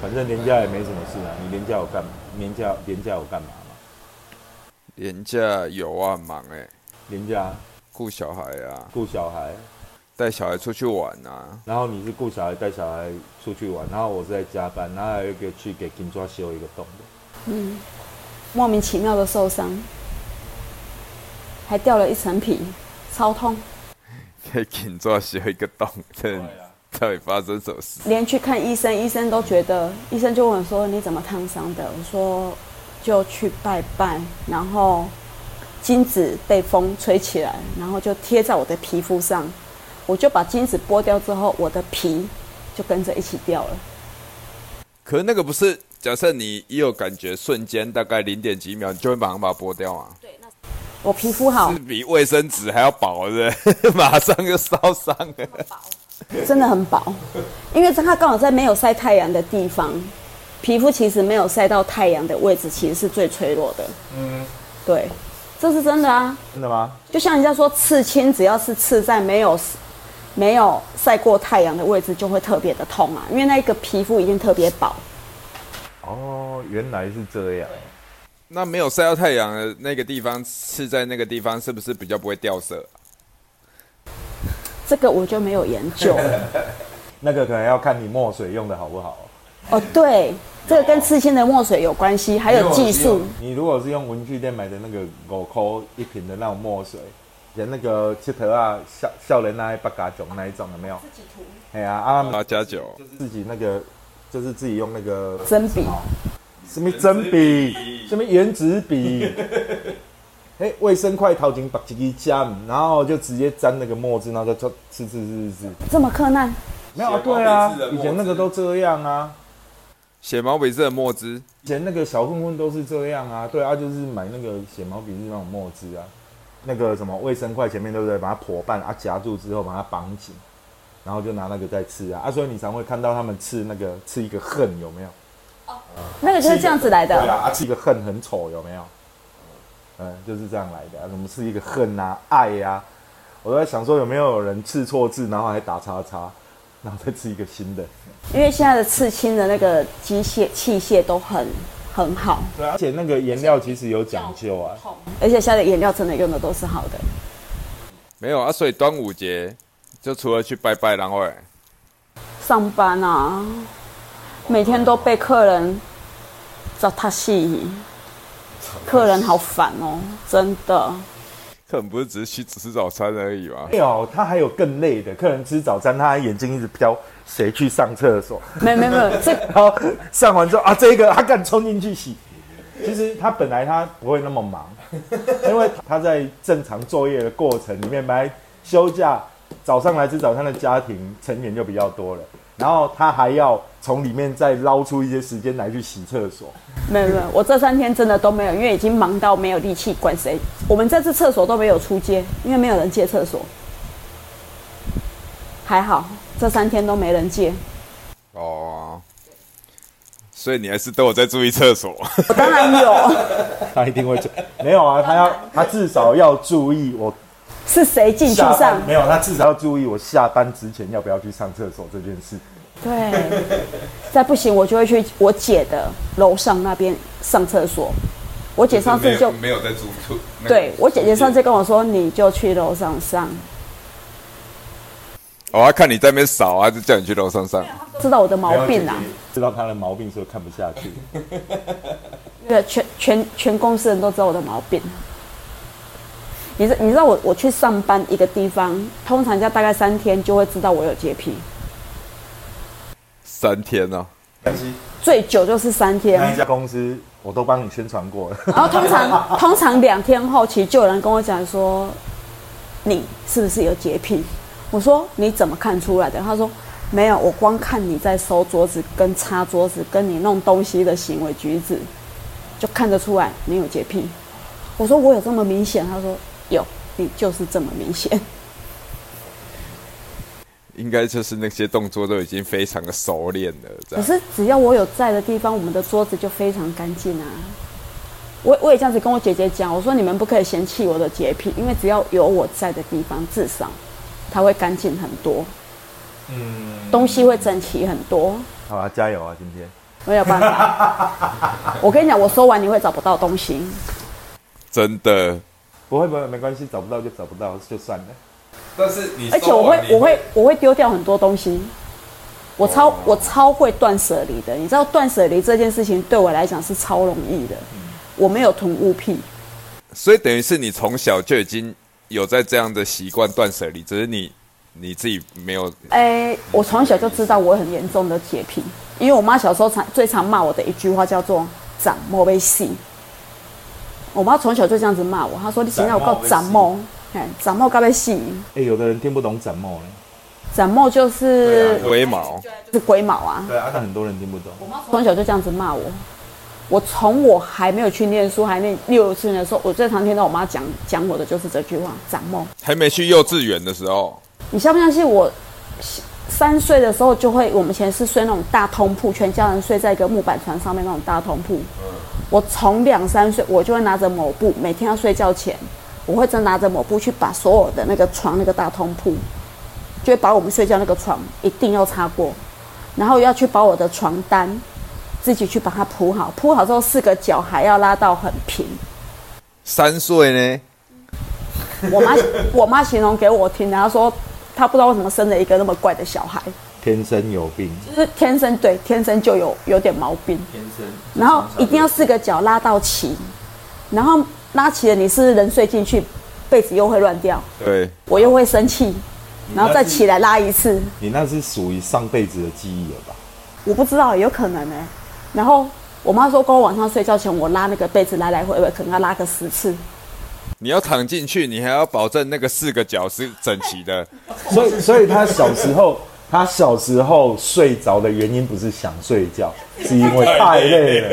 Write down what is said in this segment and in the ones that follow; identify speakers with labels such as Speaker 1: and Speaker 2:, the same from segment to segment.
Speaker 1: 反正年假也没什么事啊，你年假有干嘛？年假年假有干嘛嘛？
Speaker 2: 年假有啊，很忙哎、
Speaker 1: 年假
Speaker 2: 顾小孩啊，
Speaker 1: 顾小孩，
Speaker 2: 带小孩出去玩啊，
Speaker 1: 然后你是顾小孩带小孩出去玩，然后我是在加班，然后还有一个去给金抓修一个洞的，
Speaker 3: 嗯，莫名其妙的受伤，还掉了一层皮，超痛，
Speaker 2: 给紧抓修一个洞， 这
Speaker 1: 啊
Speaker 2: 到底发生什么事？
Speaker 3: 连去看医生，医生都觉得，医生就问我说你怎么烫伤的？我说就去拜拜，然后金子被风吹起来，然后就贴在我的皮肤上，我就把金子剥掉之后，我的皮就跟着一起掉了。
Speaker 2: 可是那个不是，假设你一有感觉，瞬间大概零点几秒，你就会马上把它剥掉啊，
Speaker 3: 我皮肤好
Speaker 2: 是，比卫生纸还要薄的， 马上就烧伤了。
Speaker 3: 真的很薄，因为它刚好在没有晒太阳的地方，皮肤其实没有晒到太阳的位置，其实是最脆弱的。嗯，对，这是真的啊。
Speaker 1: 真的吗？
Speaker 3: 就像人家说，刺青只要是刺在没有没有晒过太阳的位置，就会特别的痛啊，因为那个皮肤一定特别薄。
Speaker 1: 哦，原来是这样。
Speaker 2: 那没有晒到太阳的那个地方，刺在那个地方是不是比较不会掉色？
Speaker 3: 这个我就没有研究了。
Speaker 1: 那个可能要看你墨水用的好不好。
Speaker 3: 哦，对，这个跟刺青的墨水有关系，还有技术。
Speaker 1: 你如果是用文具店买的那个五块一瓶的那种墨水，人那个切头啊、笑笑人那一八嘎囧那一种有没有？哎呀，啊，他们
Speaker 2: 啊，加九，
Speaker 1: 就是自己那个，就是自己用那个
Speaker 3: 真笔
Speaker 1: 什么针笔，什么原子 笔。哎，卫生筷掏进把自己加，然后就直接沾那个墨汁，然后就就吃吃吃吃吃。
Speaker 3: 这么克难，
Speaker 1: 没有啊，对啊，以前那个都这样啊，
Speaker 2: 写毛笔字的墨汁，
Speaker 1: 以前那个小混混都是这样啊，对啊，就是买那个写毛笔字那种墨汁啊，那个什么卫生筷前面对不对？把它破半啊，夹住之后把它绑紧，然后就拿那个再吃啊啊，所以你常会看到他们吃那个吃一个恨有没有？
Speaker 3: 那个就是这样子来
Speaker 1: 对
Speaker 3: 的。
Speaker 1: 啊，啊是一个恨很丑，有没有？嗯，就是这样来的、啊。什么是一个恨啊，爱呀、啊？我在想说有没有人刺错字，然后还打叉叉，然后再刺一个新的。
Speaker 3: 因为现在的刺青的那个机械器械都很很好，
Speaker 1: 对、而且那个颜料其实有讲究啊。
Speaker 3: 而且现在的颜料真的用的都是好的。
Speaker 2: 没有啊，所以端午节就除了去拜拜，然后、欸、
Speaker 3: 上班啊，每天都被客人找他戏，客人好烦哦，真的。
Speaker 2: 可能不是只是去只吃早餐而已嘛
Speaker 1: 没。有，他还有更累的，客人吃早餐，他还眼睛一直飘，谁去上厕所？
Speaker 3: 没没没有，这
Speaker 1: 然后上完之后啊，这个他敢冲进去洗。其实他本来他不会那么 忙，因为他在正常作业的过程里面，本来休假早上来吃早餐的家庭成员就比较多了，然后他还要从里面再捞出一些时间来去洗厕所。
Speaker 3: 没有没有，我这三天真的都没有，因为已经忙到没有力气管谁。我们这次厕所都没有出街，因为没有人借厕所。还好这三天都没人借，
Speaker 2: 哦，所以你还是都有在注意厕 所。
Speaker 3: 我当然有，
Speaker 1: 他一定会做，没有啊，他要他至少要注意我
Speaker 3: 是谁进去
Speaker 1: 下
Speaker 3: 上
Speaker 1: 班？没有，他至少要注意我下班之前要不要去上厕所这件事。
Speaker 3: 对，再不行我就会去我姐的楼上那边上厕所。我姐上次就
Speaker 2: 没有在注注。那个
Speaker 3: 对我姐姐上次跟我说，你就去楼上上。
Speaker 2: 哦，他看你在那边扫啊，就叫你去楼上上。
Speaker 3: 知道我的毛病啊啦、
Speaker 1: 知道他的毛病，所以看不下去。
Speaker 3: 对，全全全公司人都知道我的毛病。你知你知道我我去上班一个地方，通常人家大概三天就会知道我有洁癖，
Speaker 2: 三天哦，
Speaker 1: 但是
Speaker 3: 最久就是三天。
Speaker 1: 那一家公司我都帮你宣传过了。
Speaker 3: 然后通常通常两天后，其实就有人跟我讲说，你是不是有洁癖？我说你怎么看出来的？他说没有，我光看你在收桌子、跟擦桌子、跟你弄东西的行为举止，就看得出来你有洁癖。我说我有这么明显？他说有，你就是这么明显。
Speaker 2: 应该就是那些动作都已经非常的熟练了，这
Speaker 3: 可
Speaker 2: 样。
Speaker 3: 是只要我有在的地方，我们的桌子就非常干净啊。我我也这样子跟我姐姐讲，我说你们不可以嫌弃我的洁癖，因为只要有我在的地方，至少它会干净很多，嗯，东西会整齐很多。
Speaker 1: 好啊，加油啊，今天
Speaker 3: 没有办法。我跟你讲，我收完你会找不到东西。
Speaker 2: 真的。
Speaker 1: 不会不会，没关系，找不到就找不到，就算了。
Speaker 2: 但是你，
Speaker 3: 而且我会我会我会丢掉很多东西，我超、我超会断舍离的。你知道断舍离这件事情对我来讲是超容易的，我没有囤物癖，
Speaker 2: 所以等于是你从小就已经有在这样的习惯断舍离，只是你你自己没有
Speaker 3: 哎、我从小就知道我有很严重的洁癖，因为我妈小时候常最常骂我的一句话叫做“长毛被戏”。我妈从小就这样子骂我，她说：“你现在有够长毛，哎，长毛该被戏，
Speaker 1: 哎，有的人听不懂展梦嘞，
Speaker 3: 长毛就是、
Speaker 2: 龟毛，
Speaker 3: 是龟毛啊。
Speaker 1: 对啊，但很多人听不懂。”
Speaker 3: 从小就这样子骂我。我从我还没有去念书，还念六岁的时候，我最常听到我妈讲讲我的就是这句话：“长毛。”
Speaker 2: 还没去幼稚园的时候，
Speaker 3: 你相不相信我？三岁的时候就会，我们以前是睡那种大通铺，全家人睡在一个木板床上面那种大通铺。我从两三岁，我就会拿着抹布，每天要睡觉前，我会真拿着抹布去把所有的那个床那个大通铺，就会把我们睡觉那个床一定要擦过，然后要去把我的床单自己去把它铺好，铺好之后四个角还要拉到很平。
Speaker 2: 三岁呢，
Speaker 3: 我妈我妈形容给我听的，她说她不知道为什么生了一个那么怪的小孩。
Speaker 1: 天生有病，
Speaker 3: 就是天生对天生就有有点毛病，
Speaker 4: 天生。
Speaker 3: 然后一定要四个角拉到齐，然后拉齐了你是不是人睡进去，被子又会乱掉，
Speaker 2: 对，
Speaker 3: 我又会生
Speaker 4: 嗯
Speaker 3: 气，然后再起来拉一次，
Speaker 1: 你那是属于上辈子的记忆了吧？
Speaker 3: 我不知道有可能呢、啊然后我妈说，跟我晚上睡觉前我拉那个被子来来回回，可能要拉个十次，
Speaker 2: 你要躺进去，你还要保证那个四个角是整齐的，
Speaker 1: 所以，所以他小时候，他小时候睡着的原因不是想睡觉，是因为太累了。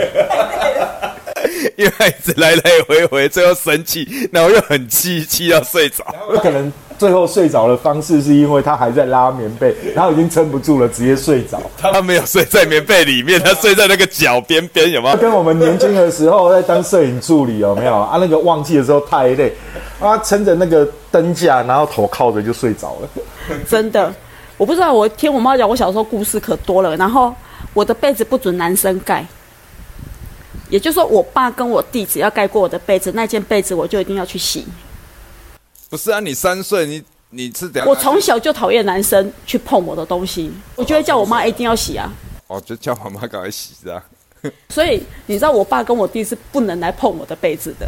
Speaker 2: 因为一直来来回回，最后生气，然后又很气，气到睡着。
Speaker 1: 有可能最后睡着的方式是因为他还在拉棉被，然后已经撑不住了，直接睡着。
Speaker 2: 他没有睡在棉被里面，他睡在那个脚边边，有没有？
Speaker 1: 跟我们年轻的时候在当摄影助理有没有啊？那个忘记的时候太累，啊，撑着那个灯架，然后头靠着就睡着了。
Speaker 3: 真的，我不知道，我听我妈讲，我小时候故事可多了。然后我的被子不准男生盖，也就是说，我爸跟我弟只要盖过我的被子，那件被子我就一定要去洗。
Speaker 2: 不是啊，你三岁，你你是等下
Speaker 3: 我从小就讨厌男生去碰我的东西，我就会叫我妈一定要洗啊。
Speaker 2: 哦，就叫妈妈赶快洗啊这样。
Speaker 3: 所以你知道，我爸跟我弟是不能来碰我的被子的。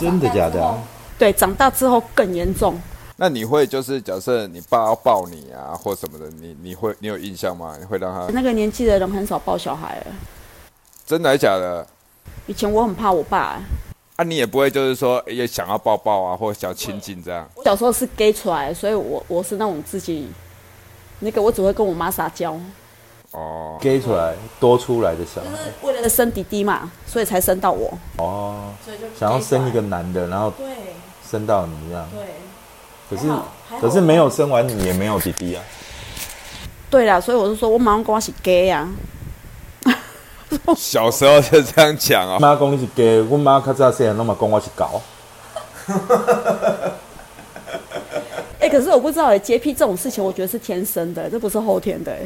Speaker 1: 真的假的啊、
Speaker 3: 对，长大之后更严重。
Speaker 2: 那你会就是假设你爸要抱你啊，或什么的，你你会你有印象吗？你会让他
Speaker 3: 那个年纪的人很少抱小孩了。
Speaker 2: 真的还假的？
Speaker 3: 以前我很怕我爸、
Speaker 2: 啊，你也不会就是说也想要抱抱啊，或想亲近这样。
Speaker 3: 我小时候是 gay 出来的，所以我我是那种自己，那个我只会跟我妈撒娇。
Speaker 2: 哦，
Speaker 1: g a y 出来多出来的小孩
Speaker 3: 就是为了生弟弟嘛，所以才生到我。
Speaker 1: 哦，
Speaker 3: 所以就
Speaker 1: 想要生一个。男的，然后
Speaker 3: 对
Speaker 1: 生到你一样。
Speaker 3: 对
Speaker 1: 可是
Speaker 3: 还好还好
Speaker 1: 可是没有生完你也没有弟弟啊。
Speaker 3: 对啦，所以我就说我马上跟我是 gay 啊，
Speaker 2: 小时候就这样讲哦。
Speaker 1: 妈讲你是 gay，我妈较早细汉，拢嘛讲我是狗。
Speaker 3: 哎、可是我不知道哎、洁癖这种事情，我觉得是天生的、这不是后天的、哎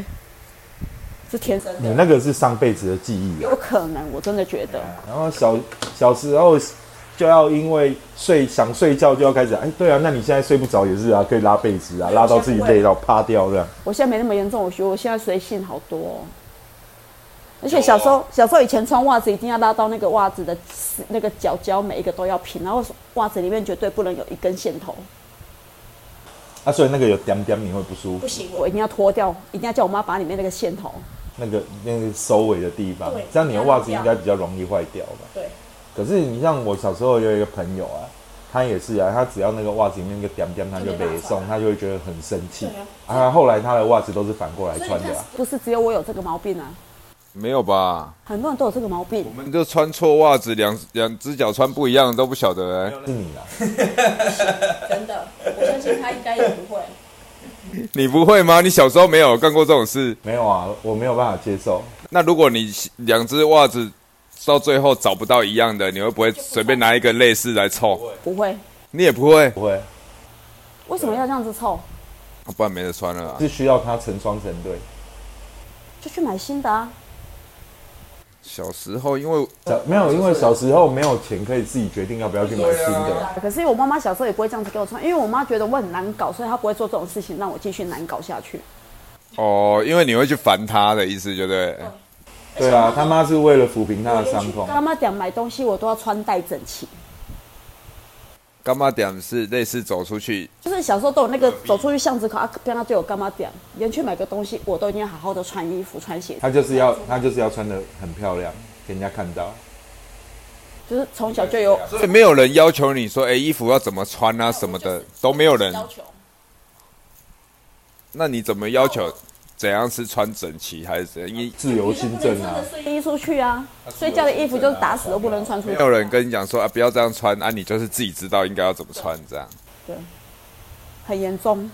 Speaker 3: 是天生
Speaker 1: 你
Speaker 3: 的。
Speaker 1: 那个是上辈子的记忆啊。
Speaker 3: 有可能，我真的觉得，
Speaker 1: 然后小小时候就要因为睡想睡觉就要开始，哎，对啊，那你现在睡不着也是啊，可以拉被子啊，拉到自己累到趴掉这样。
Speaker 3: 我现在没那么严重，我觉得我现在随性好多、哦。而且小时候，小时候以前穿袜子一定要拉到那个袜子的那个脚脚每一个都要平，然后袜子里面绝对不能有一根线头。
Speaker 1: 啊，所以那个有点点你会不舒服
Speaker 3: 不，行，我一定要脱掉，一定要叫我妈把里面那个线头。
Speaker 1: 那个那个收尾的地方
Speaker 3: 对，
Speaker 1: 这样你的袜子应该比较容易坏掉吧？
Speaker 3: 对。
Speaker 1: 可是你像我小时候有一个朋友啊，他也是啊，他只要那个袜子里面那个点点，他就被送，他就会觉得很生气。啊，后来他的袜子都是反过来穿的、啊。
Speaker 3: 不是只有我有这个毛病啊，
Speaker 2: 没有吧？
Speaker 3: 很多人都有这个毛病
Speaker 2: 我。们就穿错袜子，两两只脚穿不一样都不晓得、欸。
Speaker 1: 是你啦，
Speaker 3: 真的，我相信他应该也不会。
Speaker 2: 你不会吗？你小时候没有干过这种事？
Speaker 1: 没有啊，我没有办法接受。
Speaker 2: 那如果你两只袜子到最后找不到一样的，你会不会随便拿一个类似来凑？
Speaker 3: 不会，
Speaker 2: 你也不会，
Speaker 1: 不会，
Speaker 3: 为什么要这样子凑？
Speaker 2: 哦不然没得穿了啊。
Speaker 1: 是需要他成双成对。
Speaker 3: 就去买新的啊。
Speaker 2: 小时候因为
Speaker 1: 小没有，因为小时候没有钱可以自己决定要不要去买新
Speaker 2: 对
Speaker 1: 的。
Speaker 3: 可是我妈妈小时候也不会这样子给我穿，因为我妈觉得我很难搞，所以她不会做这种事情让我继续难搞下去。
Speaker 2: 哦，因为你会去烦他的意思，对不对？
Speaker 1: 对啊，他妈是为了抚平他的伤痛。
Speaker 3: 干妈讲买东西我都要穿戴整齐，
Speaker 2: 干妈点是类似走出去，
Speaker 3: 就是小时候都有那个走出去巷子口啊，不要对我干妈讲，连去买个东西我都一定要好好的穿衣服穿鞋子，
Speaker 1: 他就是要他就是要穿的很漂亮，给人家看到。
Speaker 3: 就是从小就有
Speaker 2: 所以没有人要求你说，哎，衣服要怎么穿啊什么的，都没有人。
Speaker 4: 要求，
Speaker 2: 那你怎么要求？怎样是穿整齐还是怎样？因为
Speaker 1: 自由新政啊，
Speaker 3: 睡衣出去啊，睡觉的衣服就是打死都不能穿出去。
Speaker 2: 没有人跟你讲说啊，不要这样穿啊，你就是自己知道应该要怎么穿这样。
Speaker 3: 很严重，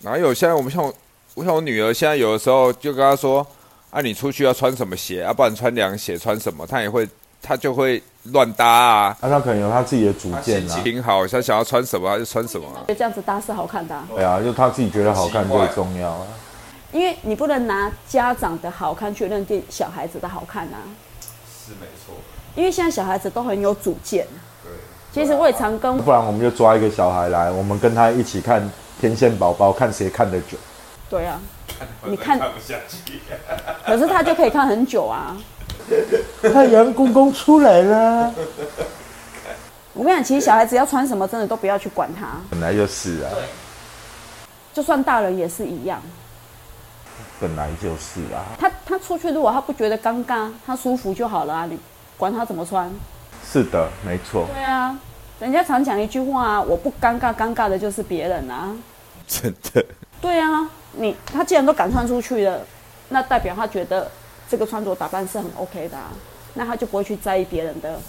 Speaker 2: 哪有？现在我们像我，我像我女儿，现在有的时候就跟她说，啊，你出去要穿什么鞋，啊，不然穿凉鞋，穿什么，她也会，她就会乱搭啊。
Speaker 1: 那他哎可能有他自己的主见
Speaker 2: 心
Speaker 1: 啊。
Speaker 2: 情好，她想要穿什么她就穿什么啊、
Speaker 3: 就这样子搭是好看的啊、
Speaker 1: 对啊，就他自己觉得好看最重要啊。
Speaker 3: 因为你不能拿家长的好看去认定小孩子的好看啊。
Speaker 2: 是没错，
Speaker 3: 因为现在小孩子都很有主见。
Speaker 2: 对。
Speaker 3: 其实我也常跟
Speaker 1: 不然我们就抓一个小孩来，我们跟他一起看《天线宝宝》，看谁看得久。
Speaker 3: 对啊，你看，
Speaker 2: 不下去。
Speaker 3: 可是他就可以看很久啊。
Speaker 1: 太阳公公出来啦！
Speaker 3: 我跟你讲，其实小孩子要穿什么，真的都不要去管他，
Speaker 1: 本来就是啊，
Speaker 3: 就算大人也是一样。
Speaker 1: 本来就是啊，
Speaker 3: 他他出去如果他不觉得尴尬，他舒服就好了啊，你管他怎么穿。
Speaker 1: 是的，没错。
Speaker 3: 对啊，人家常讲一句话啊，我不尴尬，尴尬的就是别人啊。
Speaker 2: 真的，
Speaker 3: 对啊，你他既然都敢穿出去了，那代表他觉得这个穿着打扮是很 OK 的啊，那他就不会去在意别人的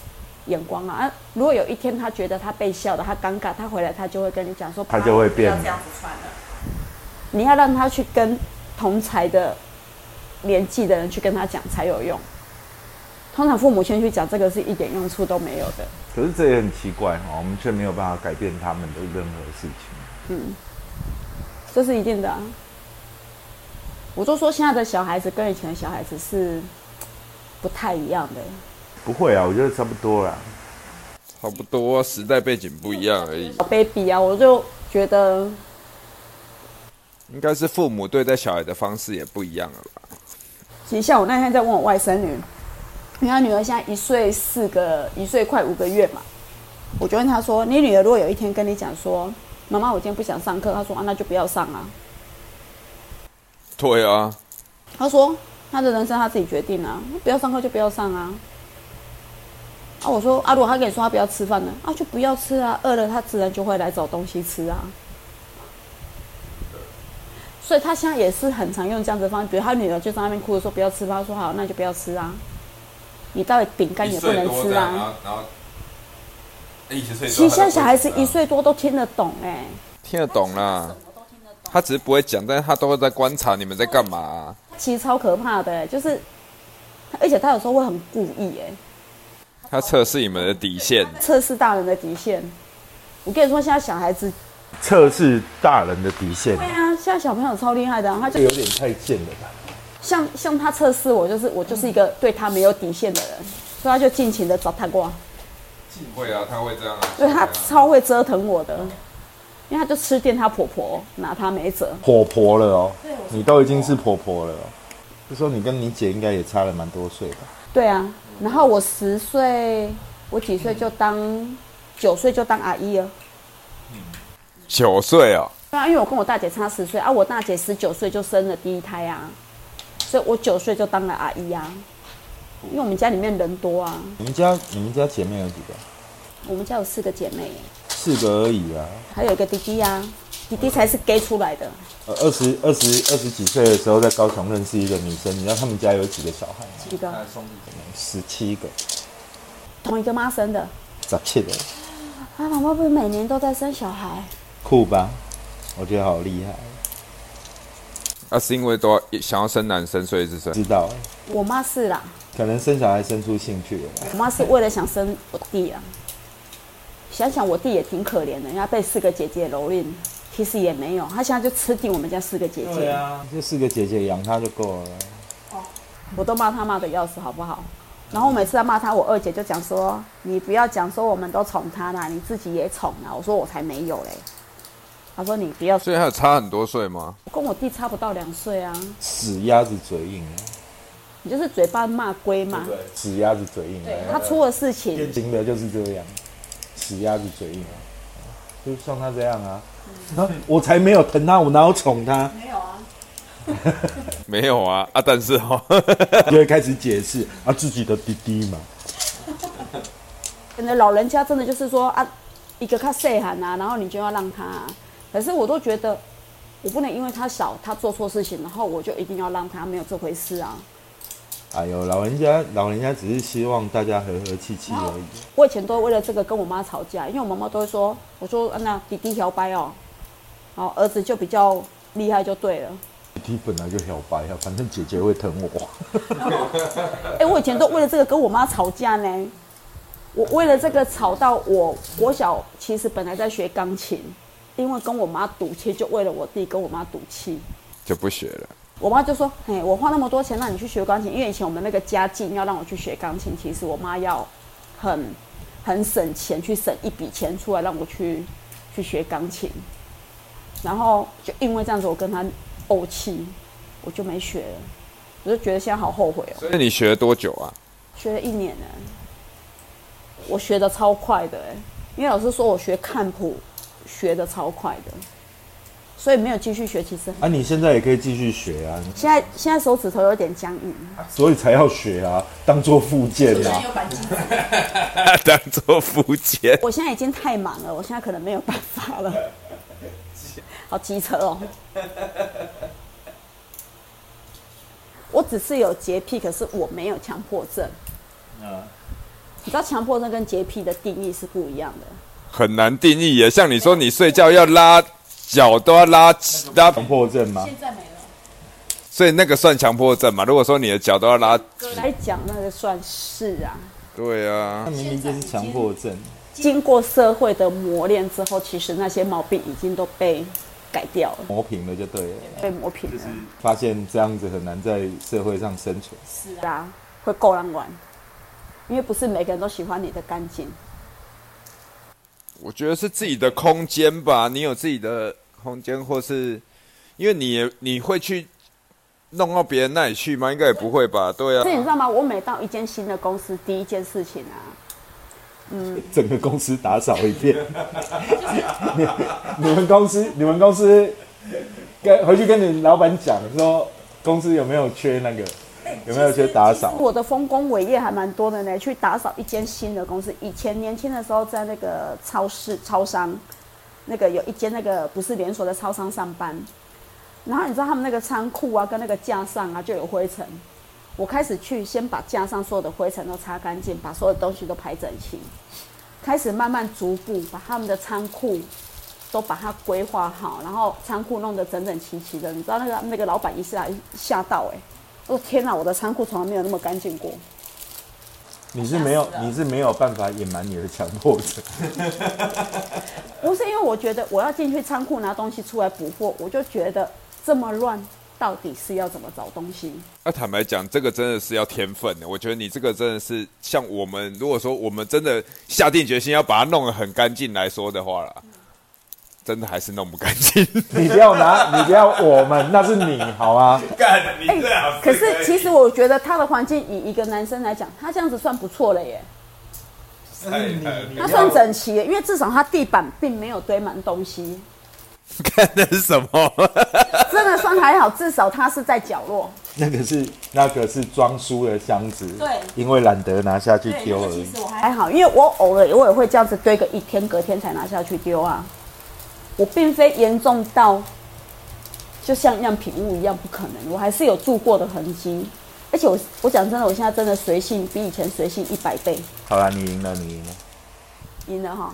Speaker 3: 眼光啊。啊如果有一天他觉得他被笑了，他尴尬，他回来他就会跟你讲说，
Speaker 1: 他就会
Speaker 4: 不
Speaker 1: 变
Speaker 4: 要这样子穿了。
Speaker 3: 你要让他去跟同才的年纪的人去跟他讲才有用。通常父母先去讲这个是一点用处都没有的。
Speaker 1: 可是这也很奇怪哈、我们却没有办法改变他们的任何事情。
Speaker 3: 这是一定的啊。我就说现在的小孩子跟以前的小孩子是不太一样的。
Speaker 1: 不会啊，我觉得差不多啦。
Speaker 2: 差不多，时代背景不一样而已。
Speaker 3: 小 baby 啊，我就觉得
Speaker 2: 应该是父母对待小孩的方式也不一样了吧？
Speaker 3: 其实像我那天在问我外甥女，因为她女儿现在一岁四个，一岁快五个月嘛，我就问她说：“你女儿如果有一天跟你讲说，妈妈，我今天不想上课，她说啊，那就不要上啊。
Speaker 2: 对啊，”
Speaker 3: 她说：“她的人生她自己决定啊，不要上课就不要上啊。”啊，我说啊，如果她跟你说她不要吃饭呢，啊，就不要吃啊，饿了她自然就会来找东西吃啊。所以她现在也是很常用这样子的方式，比如她女儿就在那边哭着说不要吃饭，她说好，那就不要吃啊。你到底饼干也不能吃啊。，
Speaker 2: 然后，哎一岁
Speaker 3: 其实现在小孩子一岁多都听得懂哎、
Speaker 2: 听得懂啦，他只是不会讲，但是他都会在观察你们在干嘛啊、
Speaker 3: 其实超可怕的、欸，就是，而且他有时候会很故意哎、
Speaker 2: 他测试你们的底线。
Speaker 3: 测试大人的底线。我跟你说，现在小孩子
Speaker 1: 测试大人的底线，
Speaker 3: 对啊，现在小朋友超厉害的啊、他就
Speaker 1: 这有点太贱了吧？
Speaker 3: 像像他测试我，就是我就是一个对他没有底线的人，所以他就尽情的找他过，
Speaker 2: 会啊，他会这样啊。
Speaker 3: 对他超会折腾我的，因为他就吃遍他婆婆，拿他没辙。
Speaker 1: 婆婆了哦，你都已经是婆婆了、哦，就说你跟你姐应该也差了蛮多岁吧？
Speaker 3: 对啊，然后我十岁，我几岁就当九岁就当阿姨了。
Speaker 2: 九岁哦，
Speaker 3: 对啊，因为我跟我大姐差十岁啊，我大姐十九岁就生了第一胎啊，所以我九岁就当了阿姨啊。因为我们家里面人多啊，
Speaker 1: 你们家你们家姐妹有几个？
Speaker 3: 我们家有四个姐妹，
Speaker 1: 四个而已啊。
Speaker 3: 还有一个弟弟啊，弟弟才是 gay 出来的。
Speaker 1: 呃，二十二十二十几岁的时候，在高雄认识一个女生，你知道他们家有几个小孩吗？
Speaker 3: 几个
Speaker 1: 十七个，
Speaker 3: 同一个妈生的，
Speaker 1: 十七个，
Speaker 3: 啊，妈妈不是每年都在生小孩？
Speaker 1: 酷吧？我觉得好厉害。
Speaker 2: 那、是因为都要想要生男生，所以是生。
Speaker 1: 知道，
Speaker 3: 我妈是啦，
Speaker 1: 可能生小孩生出兴趣了吧。
Speaker 3: 我妈是为了想生我弟啊。想想我弟也挺可怜的，人家被四个姐姐蹂躏，其实也没有，他现在就吃定我们家四个姐姐。
Speaker 1: 啊，这四个姐姐养她就够了。
Speaker 3: 我都骂他骂的要死，好不好？然后我每次在骂他，我二姐就讲说：“你不要讲说我们都宠他啦，你自己也宠啦。”我说：“我才没有嘞。”她说：“你不要
Speaker 2: 所以还有差很多岁吗？
Speaker 3: 跟我弟差不到两岁啊，
Speaker 1: 死鸭子嘴硬，
Speaker 3: 你就是嘴巴骂归骂，
Speaker 4: 对，
Speaker 1: 死鸭子嘴硬。哎
Speaker 3: 他出了事情
Speaker 1: 典，型的就是这样，死鸭子嘴硬啊，就像他这样啊。然后我才没有疼他，我哪有宠他？
Speaker 3: 没有啊，
Speaker 2: 没有啊啊！但是哦，
Speaker 1: 就会开始解释啊，自己的弟弟嘛，
Speaker 3: 可能老人家真的就是说啊，一个他岁喊啊，然后你就要让他、啊。可是我都觉得，我不能因为他小，他做错事情，然后我就一定要让他，没有这回事啊。
Speaker 1: 哎呦，老人家老人家只是希望大家和和气气而已。
Speaker 3: 我以前都为了这个跟我妈吵架，因为我妈妈都会说，我说、啊、那弟弟摇摆哦，然后儿子就比较厉害就对了。
Speaker 1: 弟弟本来就小白啊，反正姐姐会疼我。
Speaker 3: 哎、我以前都为了这个跟我妈吵架呢。我为了这个吵到我国小，其实本来在学钢琴，因为跟我妈赌气，就为了我弟跟我妈赌气。
Speaker 2: 就不学了。
Speaker 3: 我妈就说：“哎，我花那么多钱让你去学钢琴，因为以前我们那个家境要让我去学钢琴，其实我妈要很很省钱，去省一笔钱出来让我去去学钢琴。然后就因为这样子，我跟她怄气，我就没学了。我就觉得现在好后悔哦，
Speaker 2: 所以你学了多久啊？
Speaker 3: 学了一年呢，我学的超快的哎，因为老师说我学看谱学的超快的，所以没有继续学，其实很
Speaker 1: 啊，你现在也可以继续学啊，
Speaker 3: 现在现在手指头有点僵硬。”
Speaker 1: 所以才要学啊，当做附件啊。
Speaker 2: 啊当做福建，
Speaker 3: 我现在已经太忙了，我现在可能没有办法了。好机车哦！我只是有洁癖，可是我没有强迫症。
Speaker 1: 啊
Speaker 3: 你知道强迫症跟洁癖的定义是不一样的。
Speaker 2: 很难定义耶。像你说，你睡觉要拉脚都要拉拉，
Speaker 1: 强迫症吗？
Speaker 5: 在没了。
Speaker 2: 所以那个算强迫症嘛？如果说你的脚都要拉，
Speaker 3: 来讲那个算是啊，
Speaker 2: 对啊
Speaker 1: 那，明明就是强迫症。
Speaker 3: 经过社会的磨练之后，其实那些毛病已经都被改掉了，
Speaker 1: 磨平了就对了，
Speaker 3: 被磨平了。
Speaker 1: 发现这样子很难在社会上生存。
Speaker 3: 是啊，会够让玩，因为不是每个人都喜欢你的干净。
Speaker 2: 我觉得是自己的空间吧。你有自己的空间，或是因为你也你会去弄到别人那里去吗？应该也不会吧？对啊
Speaker 3: 所以，你知道吗？我每到一间新的公司，第一件事情啊，
Speaker 1: 整个公司打扫一遍。 你你们公司，你们公司跟回去跟你老板讲说，公司有没有缺那个，有没有缺打扫？
Speaker 3: 我的丰功伟业还蛮多的呢，去打扫一间新的公司。以前年轻的时候，在那个超市、超商，那个有一间那个不是连锁的超商上班，然后你知道他们那个仓库啊，跟那个架上啊就有灰尘。我开始去先把架上所有的灰尘都擦干净，把所有东西都排整齐，开始慢慢逐步把他们的仓库都把它规划好，然后仓库弄得整整齐齐的。你知道那个那个老板一下吓到哎、欸我说天哪，我的仓库从来没有那么干净过。
Speaker 1: 你是没
Speaker 5: 哎
Speaker 1: 有，你是没有办法隐瞒你的强迫症。
Speaker 3: 不是因为我觉得我要进去仓库拿东西出来补货，我就觉得这么乱，到底是要怎么找东西？
Speaker 2: 那啊坦白讲，这个真的是要天分的。我觉得你这个真的是像我们，如果说我们真的下定决心要把它弄得很干净来说的话啦，真的还是弄不干净。
Speaker 1: 你不要拿，你不要我们，那是你好吗？
Speaker 4: 干你最
Speaker 2: 啊
Speaker 4: 好
Speaker 3: 哎可是其实我觉得他的环境，以一个男生来讲，他这样子算不错了耶，
Speaker 4: 太狠了
Speaker 3: 他算整齐耶，因为至少他地板并没有堆满东西，
Speaker 2: 看那是什么？
Speaker 3: 真的算还好，至少他是在角落。
Speaker 1: 那个是那个是装书的箱子，
Speaker 5: 对
Speaker 1: 因为懒得拿下去
Speaker 5: 对，
Speaker 1: 丢
Speaker 5: 那
Speaker 1: 而
Speaker 5: 个其
Speaker 1: 已。
Speaker 5: 实我还
Speaker 3: 还好，因为我偶尔我也会这样子堆个一天，隔天才拿下去丢啊。我并非严重到就像样品物一样，不可能，我还是有住过的痕迹。而且我我讲真的，我现在真的随性比以前随性一百倍，
Speaker 1: 好啦，你赢了，你赢了，
Speaker 3: 赢了哈。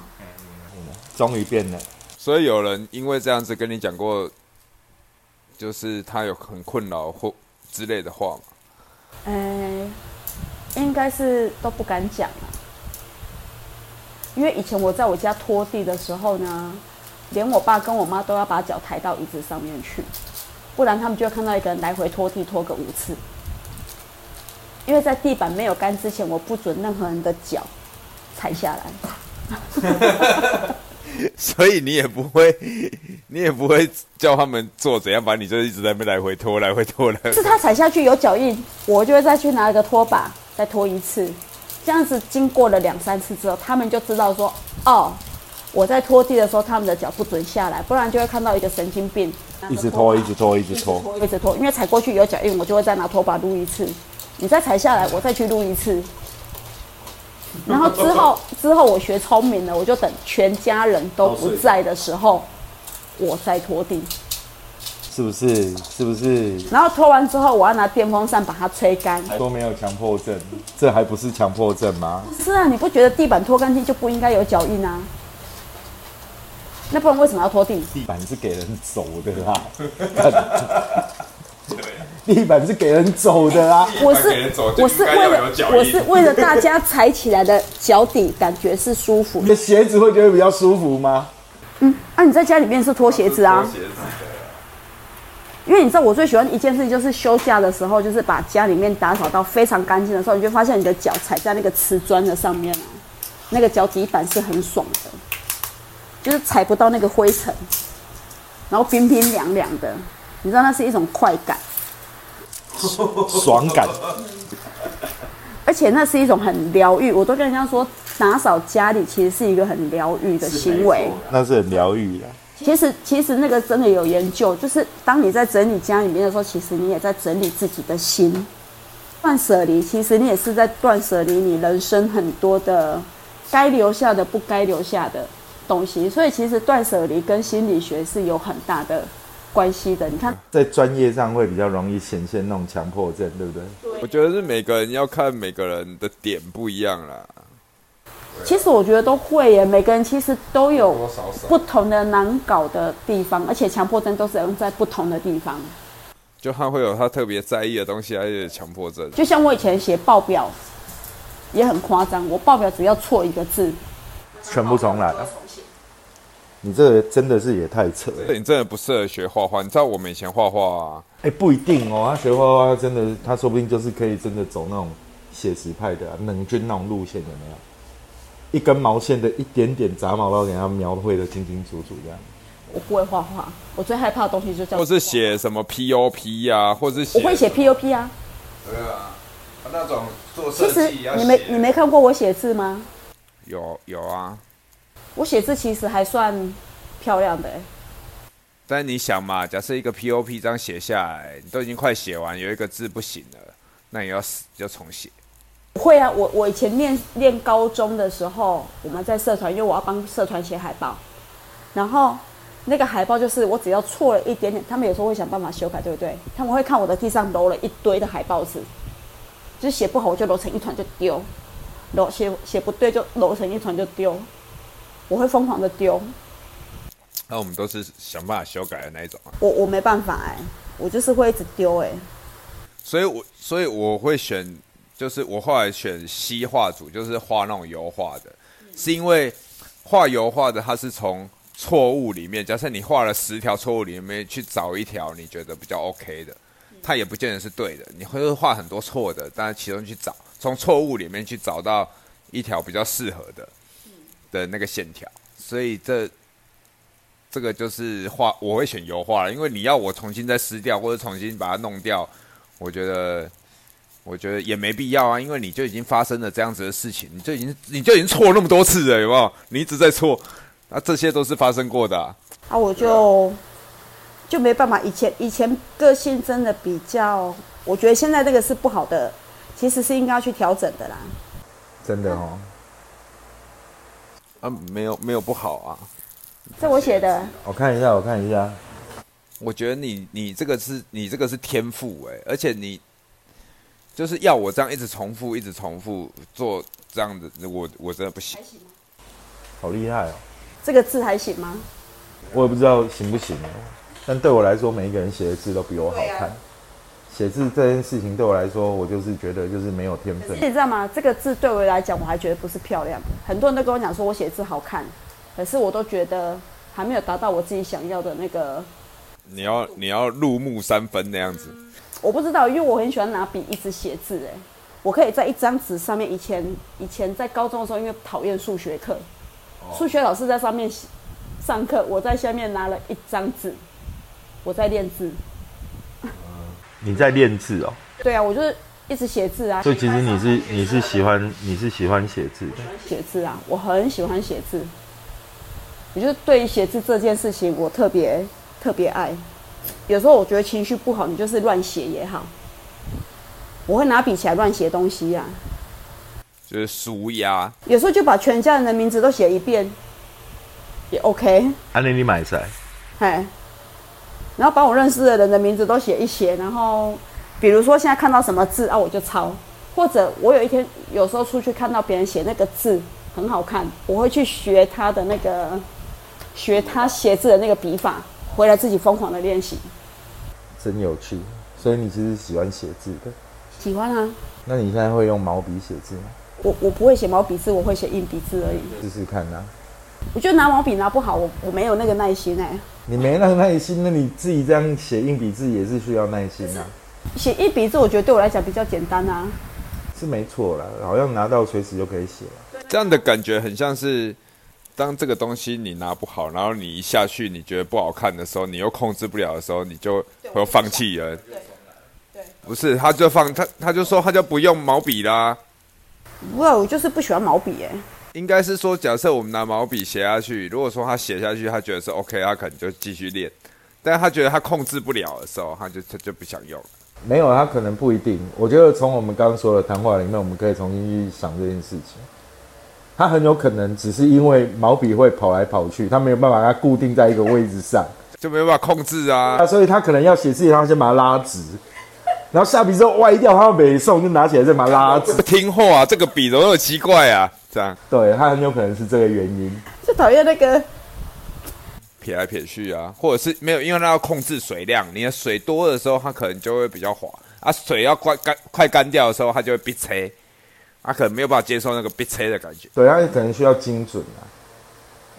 Speaker 1: 终于变了。
Speaker 2: 所以有人因为这样子跟你讲过，就是他有很困扰或之类的话嘛？
Speaker 3: 哎、应该是都不敢讲啊。因为以前我在我家拖地的时候呢，连我爸跟我妈都要把脚抬到椅子上面去，不然他们就会看到一个人来回拖地拖个五次。因为在地板没有干之前，我不准任何人的脚踩下来。
Speaker 2: 所以你也不会， 你也不会叫他们做怎样，把你就一直在那边来回拖，来回拖，来回
Speaker 3: 是他踩下去有脚印，我就会再去拿一个拖把再拖一次，这样子经过了两三次之后，他们就知道说，哦，我在拖地的时候，他们的脚不准下来，不然就会看到一个神经病，
Speaker 1: 一直拖，一直拖，一直
Speaker 3: 拖
Speaker 1: 拖。，
Speaker 3: 一直拖，因为踩过去有脚印，我就会再拿拖把撸一次，你再踩下来，我再去撸一次。然后之 后之后我学聪明了，我就等全家人都不在的时候，我再拖地。
Speaker 1: 是不是？是不是？
Speaker 3: 然后拖完之后，我要拿电风扇把它吹干。
Speaker 1: 都没有强迫症，这还不是强迫症吗？
Speaker 3: 是啊，你不觉得地板拖干净就不应该有脚印啊？那不然为什么要拖地？
Speaker 1: 地板是给人走的啦， 地板是给人走的啊啦。
Speaker 3: 我
Speaker 2: 给
Speaker 3: 是
Speaker 2: 人走就
Speaker 3: 我是
Speaker 2: 应该
Speaker 3: 为
Speaker 2: 要
Speaker 3: 了
Speaker 2: 有脚印
Speaker 3: 我是为了大家踩起来的脚底感觉是舒服
Speaker 1: 你的鞋子会觉得比较舒服吗？
Speaker 3: 啊！你在家里面是脱鞋子啊，因为你知道我最喜欢一件事情就是休假的时候，就是把家里面打扫到非常干净的时候，你就发现你的脚踩在那个瓷砖的上面啊，那个脚底板是很爽的，就是踩不到那个灰尘，然后冰冰凉凉的，你知道那是一种快感。
Speaker 1: 爽感，
Speaker 3: 而且那是一种很疗愈。我都跟人家说，打扫家里其实是一个很疗愈的行为。
Speaker 1: 那是很疗愈的。
Speaker 3: 其实，其实那个真的有研究，就是当你在整理家里面的时候，其实你也在整理自己的心。断舍离，其实你也是在断舍离你人生很多的该留下的、不该留下的东西。所以，其实断舍离跟心理学是有很大的关系的。你看，
Speaker 1: 在专业上会比较容易显现那种强迫症，对不对？
Speaker 2: 我觉得是每个人要看每个人的点不一样啦，
Speaker 3: 其实我觉得都会耶，每个人其实都有
Speaker 2: 多少少
Speaker 3: 不同的难搞的地方，而且强迫症都是用在不同的地方。
Speaker 2: 就他会有他特别在意的东西，还有强迫症。
Speaker 3: 就像我以前写报表，也很夸张，我报表只要错一个字，
Speaker 1: 全部重来啊。你这个真的是也太扯了。
Speaker 2: 你真的不适合学画画，你知道我们以前画画、啊，
Speaker 1: 哎、不一定哦，他学画画真的，他说不定就是可以真的走那种写实派的、啊、能军那种路线，有没有？一根毛线的一点点杂毛，都给他描绘的清清楚楚这样。
Speaker 3: 我不会画画，我最害怕的东西就叫
Speaker 2: 或是写什么 POP 呀、啊，或是写
Speaker 3: 我会写 POP 啊。
Speaker 2: 对啊，那种做
Speaker 3: 其实你
Speaker 2: 啊
Speaker 3: 没你没看过我写字吗？
Speaker 2: 有有啊，
Speaker 3: 我写字其实还算漂亮的、欸，
Speaker 2: 但你想嘛，假设一个 POP 这样写下来，你都已经快写完，有一个字不行了，那你要死要重写。
Speaker 3: 会啊，我我以前念念高中的时候，我们在社团，因为我要帮社团写海报，然后那个海报就是我只要错了一点点，他们有时候会想办法修改，对不对？他们会看我的地上揉了一堆的海报纸，就是写不好我就揉成一团就丢，揉写写不对就揉成一团就丢，我会疯狂的丢，
Speaker 2: 那我们都是想办法修改的那一种啊，
Speaker 3: 我我没办法哎、我就是会一直丢哎、
Speaker 2: 所以我所以我会选，就是我后来选西画组，就是画那种油画的，是因为画油画的它是从错误里面，假设你画了十条错误里面去找一条你觉得比较 OK 的，它也不见得是对的，你会画很多错的，但是其中去找，从错误里面去找到一条比较适合的的那个线条，所以这这个就是画，我会选油画，因为你要我重新再撕掉或者重新把它弄掉，我觉得。我觉得也没必要啊，因为你就已经发生了这样子的事情，你就已经你就已经错那么多次了，有没有？你一直在错，那、这些都是发生过的啊、
Speaker 3: 啊，我就就没办法。以前以前个性真的比较，我觉得现在这个是不好的，其实是应该要去调整的啦。
Speaker 1: 真的哦，
Speaker 2: 啊，没有没有不好啊。
Speaker 3: 这我写的，
Speaker 1: 我看一下，我看一下，
Speaker 2: 我觉得你你这个是你这个是天赋哎、而且你就是要我这样一直重复一直重复做这样子，我我真的不行。
Speaker 1: 好厉害哦！
Speaker 3: 这个字还行吗？
Speaker 1: 我也不知道行不行哦，但对我来说，每一个人写的字都比我好看。写字这件事情对我来说，我就是觉得就是没有天分
Speaker 3: 你。知道吗？这个字对我来讲，我还觉得不是漂亮。很多人都跟我讲说我写字好看，可是我都觉得还没有达到我自己想要的那个。
Speaker 2: 你要你要入木三分那样子，
Speaker 3: 我不知道，因为我很喜欢拿笔一直写字、哎，我可以在一张纸上面，以前以前在高中的时候，因为讨厌数学课，
Speaker 1: 哦
Speaker 3: 数学老师在上面写上课，我在下面拿了一张纸，我在练字。
Speaker 1: 你在练字哦，
Speaker 3: 对啊，我就是一直写字啊，
Speaker 1: 所以其实你是你是喜欢你是喜欢写字的，
Speaker 3: 写字啊，我很喜欢写字。我觉得对于写字这件事情，我特别特别爱。有时候我觉得情绪不好，你就是乱写也好，我会拿笔起来乱写东西呀、啊。
Speaker 2: 就是舒压。
Speaker 3: 有时候就把全家人的名字都写一遍，也 OK。
Speaker 1: 安啊妮你买谁？
Speaker 3: 哎，然后把我认识的人的名字都写一写，然后比如说现在看到什么字啊，我就抄，或者我有一天有时候出去看到别人写那个字很好看，我会去学他的那个，学他写字的那个笔法，回来自己疯狂的练习。
Speaker 1: 真有趣，所以你其实喜欢写字的。
Speaker 3: 喜欢啊，
Speaker 1: 那你现在会用毛笔写字吗？
Speaker 3: 我我不会写毛笔字，我会写硬笔字而已。
Speaker 1: 试试看啊呐、
Speaker 3: 我觉得拿毛笔拿不好，我我没有那个耐心哎、
Speaker 1: 你没那个耐心，那你自己这样写硬笔字也是需要耐心啊，
Speaker 3: 写硬笔字我觉得对我来讲比较简单啊。
Speaker 1: 是没错啦，好像拿到随时就可以写啊了。
Speaker 2: 这样的感觉很像是，当这个东西你拿不好，然后你一下去你觉得不好看的时候，你又控制不了的时候，你就会放弃了。不是，他就放他他就说他就不用毛笔啦。
Speaker 3: 不啊然我就是不喜欢毛笔哎、
Speaker 2: 应该是说，假设我们拿毛笔写下去，如果说他写下去，他觉得是 OK，他可能就继续练。但他觉得他控制不了的时候，他就他就不想用了。
Speaker 1: 没有，啊他可能不一定。我觉得从我们刚刚说的谈话里面，我们可以重新去想这件事情。他很有可能只是因为毛笔会跑来跑去，他没有办法把它固定在一个位置上，
Speaker 2: 就没有办法控制啊
Speaker 1: 啊，。所以他可能要写字，他先把它拉直，然后下笔之后歪掉，他没送就拿起来再把它拉直
Speaker 2: 不。听话、啊，这个笔怎么那么奇怪啊？这样
Speaker 1: 对他很有可能是这个原因。
Speaker 3: 就讨厌那个
Speaker 2: 撇来撇去啊，或者是没有，因为它要控制水量，你的水多的时候，它可能就会比较滑啊；水要快干快干掉的时候，它就会逼车，它可能没有办法接受那个逼车的感觉。
Speaker 1: 对，他可能需要精准啊，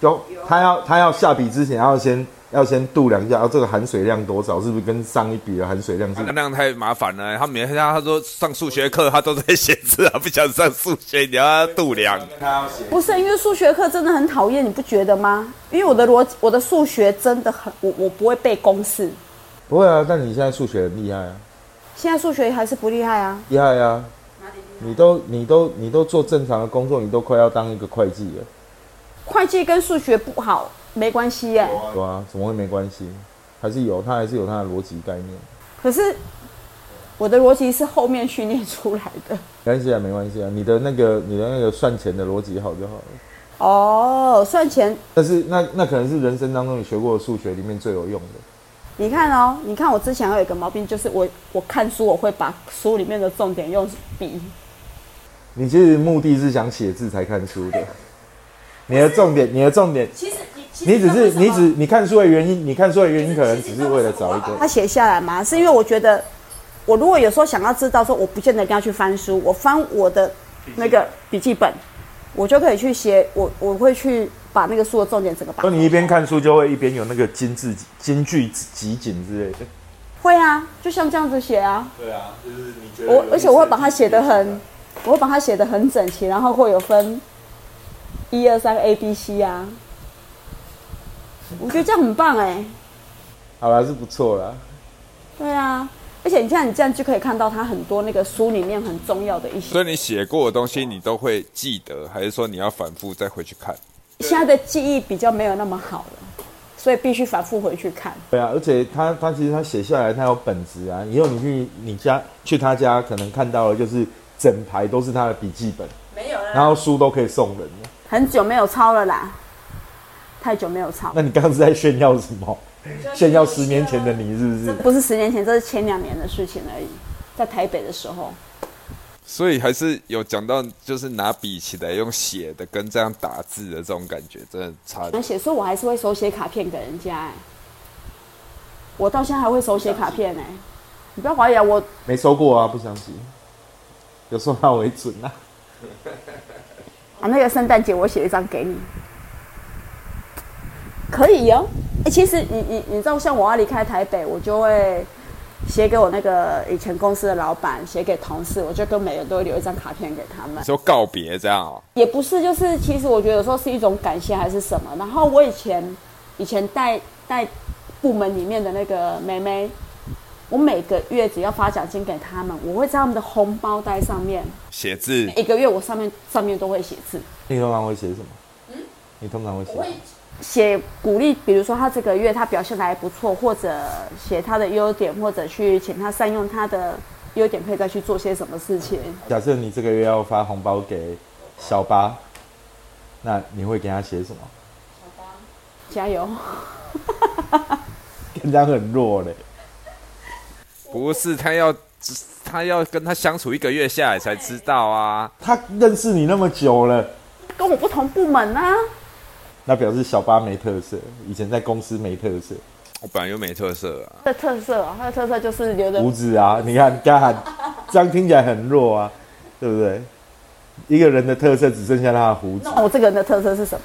Speaker 1: 就他要他要下笔之前要先要先度量一下，哦，这个含水量多少，是不是跟上一笔的含水量是
Speaker 2: 那？那样太麻烦了、他每天他说上数学课，他都在写字啊，不想上数学，你要度量。
Speaker 3: 不是，因为数学课真的很讨厌，你不觉得吗？因为我的逻辑，我的数学真的很，我我不会背公式。
Speaker 1: 不会啊，但你现在数学很厉害啊，
Speaker 3: 现在数学还是不厉害啊，
Speaker 1: 厉害啊！你都你都你都做正常的工作，你都快要当一个会计了，
Speaker 3: 会计跟数学不好没关系耶、
Speaker 1: 对啊，怎么会没关系？还是有，他还是有他的逻辑概念，
Speaker 3: 可是我的逻辑是后面训练出来的。
Speaker 1: 没关系啊，没关系啊，你的那个你的那个算钱的逻辑好就好了。
Speaker 3: 哦，算钱，
Speaker 1: 但是那那可能是人生当中你学过的数学里面最有用的。
Speaker 3: 你看哦，你看我之前还有一个毛病，就是我我看书我会把书里面的重点用笔，
Speaker 1: 你其实目的是想写字才看书的，你的重点，你的重点，
Speaker 3: 其实
Speaker 1: 你只是你只你看书的原因，你看书的原因可能只是为了找一个
Speaker 3: 他写下来嘛，是因为我觉得，我如果有时候想要知道说，我不见得一定要去翻书，我翻我的那个笔记本，我就可以去写，我我会去把那个书的重点整个把
Speaker 1: 说。你一边看书就会一边有那个金字金句集锦之类的，
Speaker 3: 会啊，就像这样子写啊，
Speaker 4: 对啊，就是你觉得有
Speaker 3: 我
Speaker 4: 意思
Speaker 3: 而且我会把它写得很，我会把它写得很整齐，然后会有分一二三 A B C 啊，我觉得这样很棒哎、
Speaker 1: 好啦，是不错啦。
Speaker 3: 对啊，而且你像你这样就可以看到它很多那个书里面很重要的一些。
Speaker 2: 所以你写过的东西，你都会记得，还是说你要反复再回去看？
Speaker 3: 现在的记忆比较没有那么好了，所以必须反复回去看。
Speaker 1: 对啊，而且他他其实他写下来，他有本子啊。以后你去你家去他家，可能看到的就是整排都是他的笔记本，
Speaker 3: 没有了，
Speaker 1: 然后书都可以送人了。
Speaker 3: 很久没有抄了啦，太久没有抄，
Speaker 1: 那你刚刚是在炫耀什么？炫耀十年前的你是不是？
Speaker 3: 不是十年前，这是前两年的事情而已，在台北的时候。
Speaker 2: 所以还是有讲到，就是拿笔起来用写的，跟这样打字的这种感觉，真的差。
Speaker 3: 那写书我还是会手写卡片给人家、哎，我到现在还会手写卡片哎、你不要怀疑啊，我
Speaker 1: 没收过啊，不相信。有收到为准啊。
Speaker 3: 啊，那个圣诞节我写一张给你，可以哦。哎、其实你你你知道，像我要离开台北，我就会写给我那个以前公司的老板，写给同事，我就跟每个人都会留一张卡片给他们。
Speaker 2: 说告别这样哦，
Speaker 3: 也不是，就是其实我觉得有时候是一种感谢还是什么。然后我以前以前带带部门里面的那个妹妹，我每个月只要发奖金给他们，我会在他们的红包袋上面，
Speaker 2: 写字
Speaker 3: 一个月我上面上面都会写字，
Speaker 1: 你通常会写什么？你通嗯常会写什么？
Speaker 3: 写鼓励，比如说他这个月他表现的还不错，或者写他的优点，或者去请他善用他的优点，可以再去做些什么事情。
Speaker 1: 假设你这个月要发红包给小八，那你会给他写什么？
Speaker 3: 加油！
Speaker 1: 跟他很弱嘞，
Speaker 2: 不是他要他要跟他相处一个月下来才知道啊。
Speaker 1: 他认识你那么久了，
Speaker 3: 跟我不同部门啊，
Speaker 1: 那表示小八没特色，以前在公司没特色，
Speaker 2: 我本来就没特色啊，
Speaker 3: 他的特色、啊，他的特色就是留着
Speaker 1: 胡子 啊，你看干喊，这样听起来很弱啊，对不对？一个人的特色只剩下他的胡子，
Speaker 3: 那哦我这个人的特色是什么？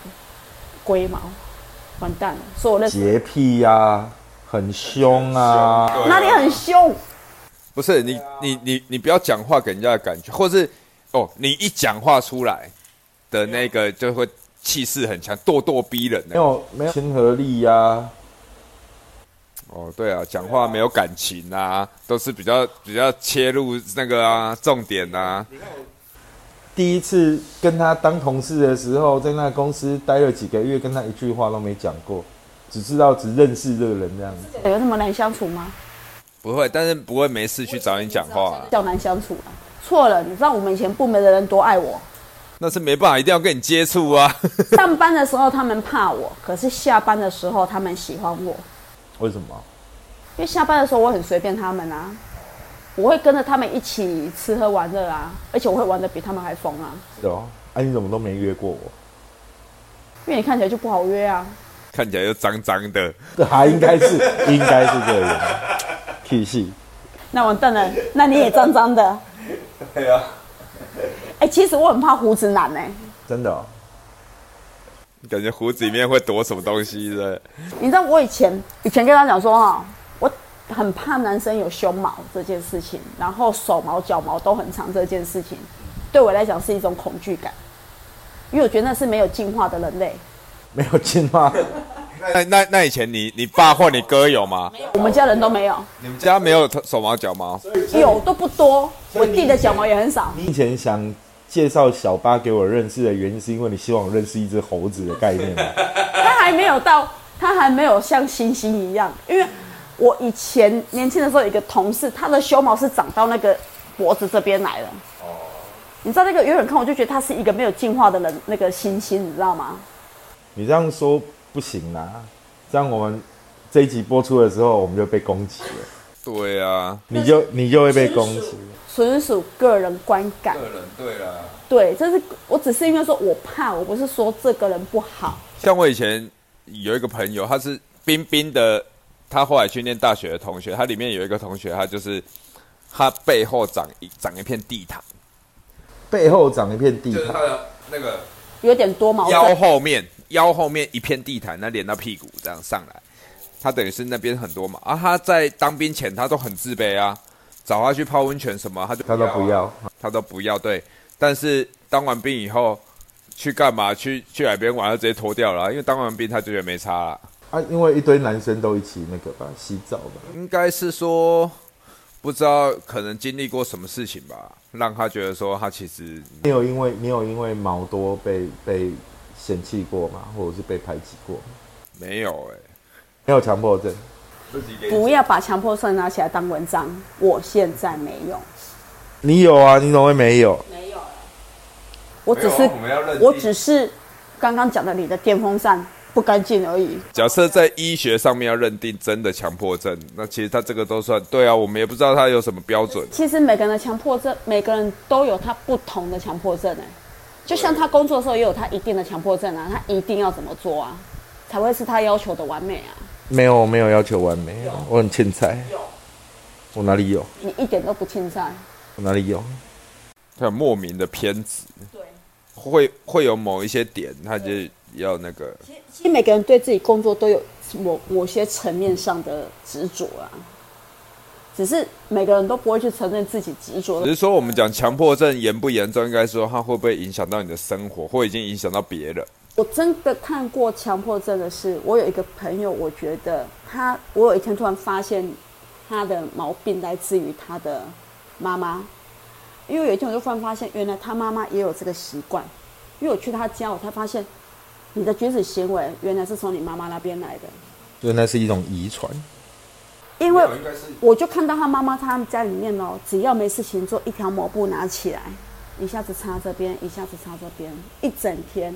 Speaker 3: 龟毛，完蛋了！所以我认 识
Speaker 1: 洁癖呀、啊，很凶啊，
Speaker 2: 对啊
Speaker 3: 哪里很凶？
Speaker 2: 不是你你你你不要讲话给人家的感觉，或是哦，你一讲话出来的那个就会气势很强，咄咄逼人
Speaker 1: 没
Speaker 4: 哎
Speaker 2: 的。
Speaker 1: 有没有亲和力呀、啊，
Speaker 2: 哦，对啊，讲话没有感情啊，都是比较比较切入那个啊重点啊。
Speaker 1: 第一次跟他当同事的时候，在那公司待了几个月，跟他一句话都没讲过，只知道只认识这个人这样子。
Speaker 3: 有那么难相处吗？
Speaker 2: 不会，但是不会没事去找你讲话、啊，
Speaker 3: 较难相处啊！错了，你知道我们以前部门的人多爱我，
Speaker 2: 那是没办法，一定要跟你接触啊。
Speaker 3: 上班的时候他们怕我，可是下班的时候他们喜欢我，
Speaker 1: 为什么？
Speaker 3: 因为下班的时候我很随便他们啊，我会跟着他们一起吃喝玩乐啊，而且我会玩的比他们还疯啊，
Speaker 1: 是哦，哎、你怎么都没约过我？
Speaker 3: 因为你看起来就不好约啊。
Speaker 2: 看起来又脏脏的，
Speaker 1: 这还应该是 应该是这样，体系
Speaker 3: 那完蛋了，那你也脏脏的。
Speaker 4: 对啊，
Speaker 3: 哎、其实我很怕胡子男哎、
Speaker 1: 真的、哦。
Speaker 2: 感觉胡子里面会躲什么东西的。
Speaker 3: 你知道我以前以前跟他讲说哈，我很怕男生有胸毛这件事情，然后手毛脚毛都很长这件事情，对我来讲是一种恐惧感，因为我觉得那是没有进化的人类。
Speaker 1: 没有进化，
Speaker 2: 那那那以前你你爸或你哥有吗？
Speaker 3: 我们家人都没有，
Speaker 2: 你们家没有头手毛脚毛？
Speaker 3: 有都不多，我弟的脚毛也很少。
Speaker 1: 你以前想介绍小八给我认识的原因，是因为你希望我认识一只猴子的概念吗？
Speaker 3: 他还没有到，他还没有像星星一样，因为我以前年轻的时候有一个同事，他的胸毛是长到那个脖子这边来了。你知道那个远远看我就觉得他是一个没有进化的人，那个星星，你知道吗？
Speaker 1: 你这样说不行啦，这样我们这一集播出的时候，我们就被攻击了，
Speaker 2: 对啊，
Speaker 1: 你就你就会被攻击。
Speaker 3: 纯属个人观感。
Speaker 2: 人对啊啦。
Speaker 3: 对，这是我只是因为说我怕，我不是说这个人不好。
Speaker 2: 像我以前有一个朋友，他是冰冰的，他后来去念大学的同学，他里面有一个同学，他就是他背后长一长一片地毯，
Speaker 1: 背后长一片地
Speaker 2: 他
Speaker 1: 毯，
Speaker 2: 的那个
Speaker 3: 有点多毛
Speaker 2: 腰
Speaker 3: 症，
Speaker 2: 后面腰后面一片地毯，那连到屁股这样上来，他等于是那边很多嘛。啊，他在当兵前他都很自卑啊，找他去泡温泉什么，他就
Speaker 1: 他都
Speaker 2: 啊
Speaker 1: 不要。
Speaker 2: 他都不要对，但是当完兵以后去干嘛？去去海边玩，他直接脱掉了啊，因为当完兵他就觉得没差了。
Speaker 1: 啊，因为一堆男生都一起那个吧，洗澡吧。
Speaker 2: 应该是说不知道可能经历过什么事情吧，让他觉得说他其实
Speaker 1: 你有因为你有因为毛多被被嫌弃过吗？或者是被排挤过吗？
Speaker 2: 没有哎、
Speaker 1: 没有强迫症，
Speaker 3: 不要把强迫症拿起来当文章。我现在没有，
Speaker 1: 你有啊？你怎么会没有？
Speaker 3: 没有啊了。我只
Speaker 1: 啊
Speaker 2: 啊
Speaker 3: 是，我只是刚刚讲的你的电风扇不干净而已。
Speaker 2: 假设在医学上面要认定真的强迫症，那其实他这个都算对啊，我们也不知道他有什么标准。
Speaker 3: 其实每个人的强迫症，每个人都有他不同的强迫症哎、就像他工作的时候也有他一定的强迫症啊，他一定要怎么做啊，才会是他要求的完美啊。
Speaker 1: 没有，我没有要求完美，啊我很欠菜。我哪里有？
Speaker 3: 你一点都不欠债。
Speaker 1: 我哪里有？
Speaker 2: 他有莫名的偏执，
Speaker 3: 对，
Speaker 2: 会会有某一些点，他就要那个。
Speaker 3: 其实每个人对自己工作都有某某些层面上的执着啊。只是每个人都不会去承认自己执着
Speaker 2: 只
Speaker 3: 的。
Speaker 2: 是说我们讲强迫症严不严重，应该说它会不会影响到你的生活，或已经影响到别人。
Speaker 3: 我真的看过强迫症的事，我有一个朋友，我觉得他，我有一天突然发现他的毛病来自于他的妈妈，因为有一天我就突然发现，原来他妈妈也有这个习惯，因为我去他家，我才发现你的举止行为原来是从你妈妈那边来的。
Speaker 1: 原来是一种遗传。
Speaker 3: 因为
Speaker 2: 没有应该是
Speaker 3: 我就看到他妈妈他们家里面哦，只要没事情做，一条抹布拿起来，一下子擦这边，一下子擦这边，一整天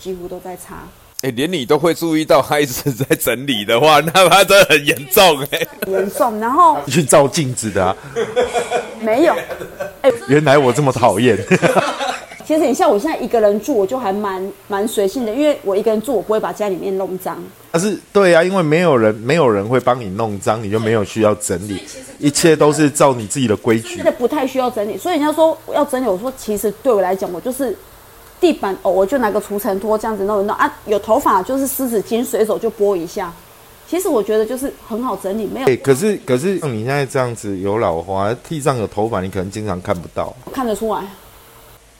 Speaker 3: 几乎都在擦。
Speaker 2: 哎、连你都会注意到他一直在整理的话，那他真的很严重哎、
Speaker 3: 严重，然后
Speaker 1: 去照镜子的、啊，
Speaker 3: 没有。
Speaker 1: 原来我这么讨厌。
Speaker 3: 其实你像我现在一个人住，我就还蛮蛮随性的，因为我一个人住，我不会把家里面弄脏。
Speaker 1: 但是对啊，因为没有人没有人会帮你弄脏，你就没有需要整理，一切都是照你自己的规矩
Speaker 3: 啊真的。不啊太需要整理。所以人家说要整理，我说其实对我来讲，我就是地板哦，我就拿个除尘拖这样子弄一弄啊，有头发就是湿纸巾随手就拨一下。其实我觉得就是很好整理，没有
Speaker 1: 哎、可是可是像你现在这样子有老花，地上有头发，你可能经常看不到，
Speaker 3: 看得出来。